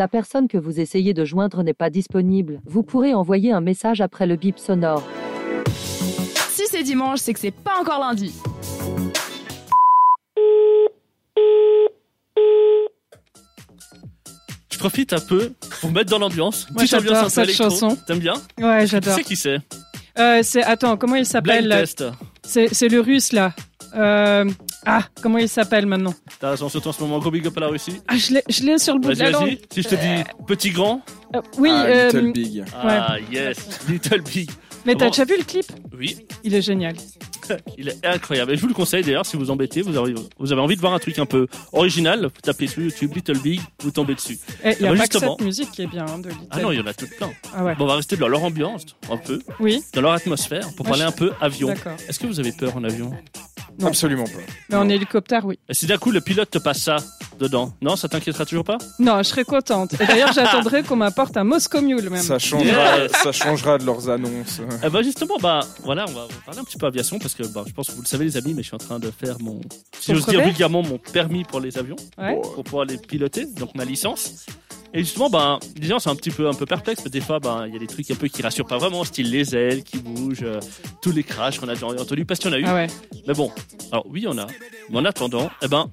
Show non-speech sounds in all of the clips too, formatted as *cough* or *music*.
La personne que vous essayez de joindre n'est pas disponible. Vous pourrez envoyer un message après le bip sonore. Si c'est dimanche, c'est que c'est pas encore lundi. Je profite un peu pour mettre dans l'ambiance. Moi, Petite ambiance j'adore un peu cette électro. chanson. T'aimes bien Ouais, Tu j'adore. sais qui c'est Euh, c'est attends, comment il Blind s'appelle Test. C'est c'est le russe là. Euh, ah, comment il s'appelle maintenant T'as raison, surtout en ce moment, gros big up à la Russie. Ah, je l'ai- je l'ai sur le bout de la Vas-y, langue. vas-y. Si je te dis petit grand. Euh, oui, Ah, euh, Little Big. Ah, yes. Little Big. mais t'as Bon. déjà vu le clip Oui, *laughs* Il est génial. il est incroyable. Et je vous le conseille d'ailleurs, si vous embêtez, vous avez, vous avez envie de voir un truc un peu original, vous tapez sur YouTube Little Big, vous tombez dessus. Eh, Il y Ah a bah, pas que justement. cette musique qui est bien hein, de Little. Ah non, il y en a tout plein. Ah ouais. Bon, on va rester dans leur ambiance, un peu, Oui, dans leur atmosphère, pour Moi, parler je- un peu avion. d'accord. Est-ce que vous avez peur en avion Non. Absolument pas. Mais en hélicoptère, oui. Et si d'un coup le pilote te passe ça dedans, non, ça t'inquiétera toujours pas Non, je serais contente. Et d'ailleurs, j'attendrais qu'on m'apporte un Moscow Mule même. Ça changera, *laughs* Yeah. ça changera de leurs annonces. Eh ben justement, bah voilà, on va parler un petit peu aviation parce que bah, je pense que vous le savez les amis, mais je suis en train de faire mon, si Ton j'ose dire brevet vulgairement, mon permis pour les avions, Ouais. pour pouvoir les piloter, donc ma licence. Et justement, bah, les gens sont un petit peu un peu perplexes, mais des fois, bah, il y a des trucs un peu qui rassurent pas vraiment, style les ailes qui bougent, euh, tous les crashs qu'on a déjà entendus, parce qu'il y en a eu. Ah ouais. Mais bon, alors oui, il y en a. Mais en attendant, eh ben,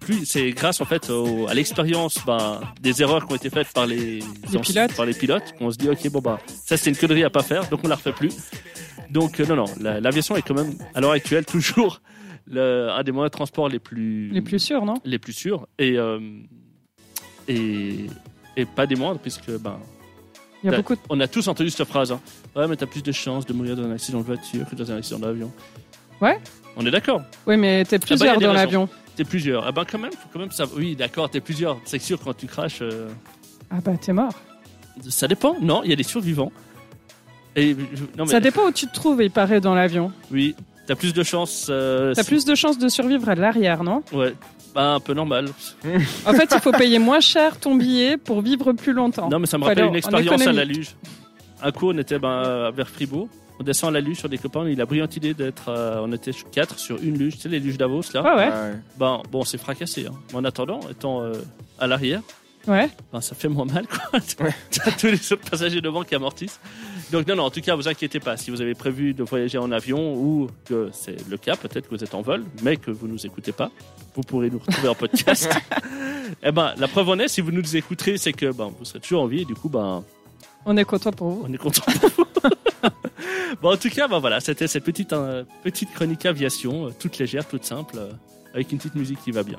plus c'est grâce en fait au- à l'expérience bah, des erreurs qui ont été faites par les, Les pilotes. par les pilotes, qu'on se dit ok bon bah ça c'est une connerie à pas faire, donc on la refait plus. Donc euh, non non, la- l'aviation est quand même à l'heure actuelle *laughs* toujours le- un des moyens de transport les plus Les plus sûrs, non les plus sûrs et euh, et, et pas des moindres puisque ben Il y a T'as- beaucoup de... on a tous entendu cette phrase. hein. Ouais mais t'as plus de chances de mourir dans un accident de voiture que dans un accident d'avion. Ouais. On est d'accord. Oui, mais t'es Ah, bah, y a plusieurs des dans raisons. l'avion. T'es plusieurs. Ah ben quand même, faut quand même ça. Oui, d'accord, t'es plusieurs. C'est sûr quand tu craches, euh, Ah bah, t'es mort. ça dépend. Non, il y a des survivants. Et je- non mais Ça dépend où tu te trouves, il paraît, dans l'avion. oui, t'as plus de chances. euh, T'as si- plus de chances de survivre à l'arrière, non Ouais, bah un peu normal. En fait, il faut payer moins cher ton billet pour vivre plus longtemps. Non mais ça me Faut rappelle aller une en expérience à la économique. luge. Un coup, on était ben, euh, vers Fribourg. On descend à la luge sur des copains. Il a brillante idée d'être. euh, on était quatre sur une luge. Tu sais les luges d'Avos là. Ah ouais, Ouais. Ben bon, on s'est fracassé. hein. Mais en attendant, étant euh, à l'arrière. ouais. Ben, ça fait moins mal, quoi. T'as tous les autres passagers devant qui amortissent. Donc, non, non, en tout cas, vous inquiétez pas. Si vous avez prévu de voyager en avion ou que c'est le cas, peut-être que vous êtes en vol, mais que vous nous écoutez pas, vous pourrez nous retrouver en podcast. eh ben, la preuve en est, si vous nous écouterez, c'est que ben, vous serez toujours en vie et du coup, ben, On est content pour vous. on est content pour vous. bon, en tout cas, ben, voilà, c'était cette petite, euh, petite chronique aviation, euh, toute légère, toute simple, euh, avec une petite musique qui va bien.